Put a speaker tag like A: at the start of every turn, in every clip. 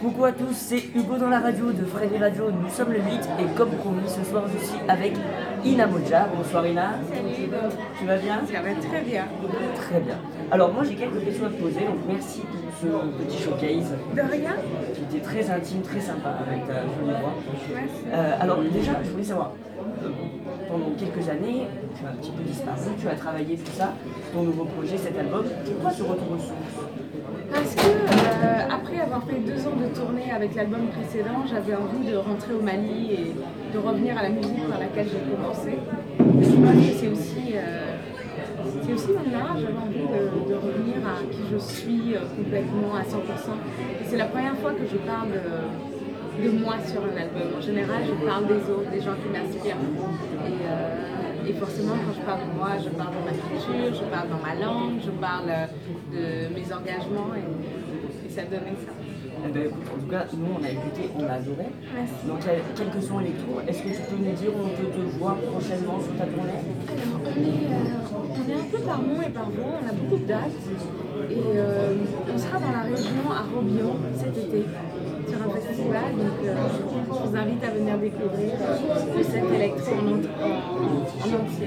A: Coucou à tous, c'est Hugo dans la radio de Freddy Radio, nous sommes le 8 et comme promis ce soir je suis avec Ina Moja. Bonsoir Ina,
B: Salut,
A: tu vas bien
B: ça va très bien.
A: Très bien. Alors moi j'ai quelques questions à te poser, donc merci pour ce petit showcase
B: De rien
A: qui était très intime, très sympa avec ta jolie voix.
B: Merci.
A: Euh, alors déjà je voulais savoir, euh, pendant quelques années, tu as un petit peu disparu, tu as travaillé tout ça, ton nouveau projet, cet album, pourquoi ce retour aux sources
B: Parce que euh, après avoir fait deux ans de tournée avec l'album précédent, j'avais envie de rentrer au Mali et de revenir à la musique par laquelle j'ai commencé. Je crois que c'est aussi, euh, c'est aussi mon art, j'avais envie de, de revenir à qui je suis euh, complètement à 100%. Et c'est la première fois que je parle euh, de, de moi sur un album. En général, je parle des autres, des gens qui m'inspirent. Et, euh, et forcément, quand je parle de moi, je parle de ma culture, je parle dans ma langue, je parle euh, de mes engagements et, et ça donnait ça.
A: Eh ben, écoute, en tout cas, nous on a écouté, on a adoré.
B: Merci.
A: Donc il y a quelques sons électro, est-ce que tu peux nous dire où on peut te voir prochainement sur ta tournée
B: Alors, on est, euh, on est un peu par Mont et par Vaux, on a beaucoup de dates. Et euh, on sera dans la région à Robio cet été, sur un festival. Donc, euh, je vous invite à venir découvrir euh, le set électro en, ent- en- en entier.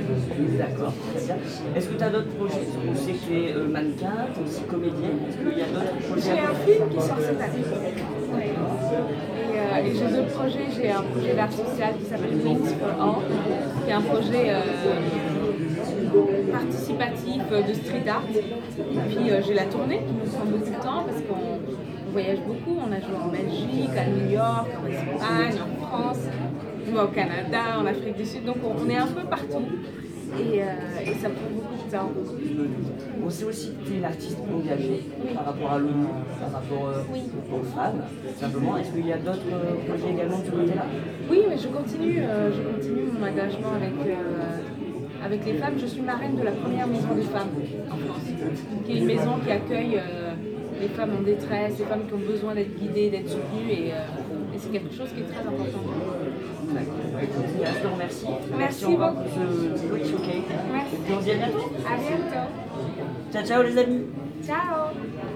A: D'accord, très bien. Est-ce que tu as d'autres projets On sait que tu es euh, mannequin, tu es aussi comédienne. Est-ce qu'il y a d'autres projets
B: J'ai
A: à
B: un film qui sort cette année. Ouais. Et, euh, et j'ai deux projets. J'ai un projet d'art social qui s'appelle Things for All, qui est un projet euh, participatif euh, de street art. Et puis euh, j'ai la tournée qui nous prend beaucoup de temps parce qu'on on voyage beaucoup. On a joué en Belgique, à New York, en Espagne, en France, ou au Canada, en Afrique du Sud. Donc on, on est un peu partout. Et, euh, et ça prend beaucoup de temps.
A: On sait aussi que tu es une artiste engagée par rapport à l'ONU, par rapport euh,
B: Oui.
A: aux femmes. Simplement, est-ce qu'il y a d'autres euh, projets également de ce côté-là
B: Oui, mais je continue, euh, je continue mon engagement avec, euh, avec les femmes. Je suis marraine de la première maison des femmes en France, qui est une maison qui accueille euh, les femmes en détresse, les femmes qui ont besoin d'être guidées, d'être soutenues, et, euh, et c'est quelque chose qui est très important.
A: D'accord. Écoute, Je te remercie.
B: Merci
A: encore
B: beaucoup.
A: pour ce petit showcase.
B: Merci.
A: Et puis on se dit à bientôt.
B: À bientôt.
A: Ciao, ciao les amis
B: Ciao.